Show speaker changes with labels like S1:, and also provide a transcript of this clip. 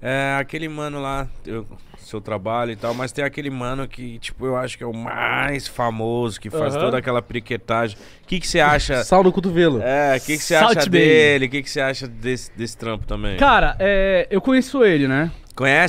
S1: É aquele mano lá, eu- seu trabalho e tal, mas tem aquele mano que, tipo, eu acho que é o mais famoso, que faz
S2: Aham.
S1: toda aquela priquetagem. O que que você acha?
S3: Sal no cotovelo.
S1: É, o que que você acha
S2: Salt Bay.
S1: dele? O que que você acha desse, desse trampo também?
S2: Cara, é, eu conheço ele, né?
S1: Conhece?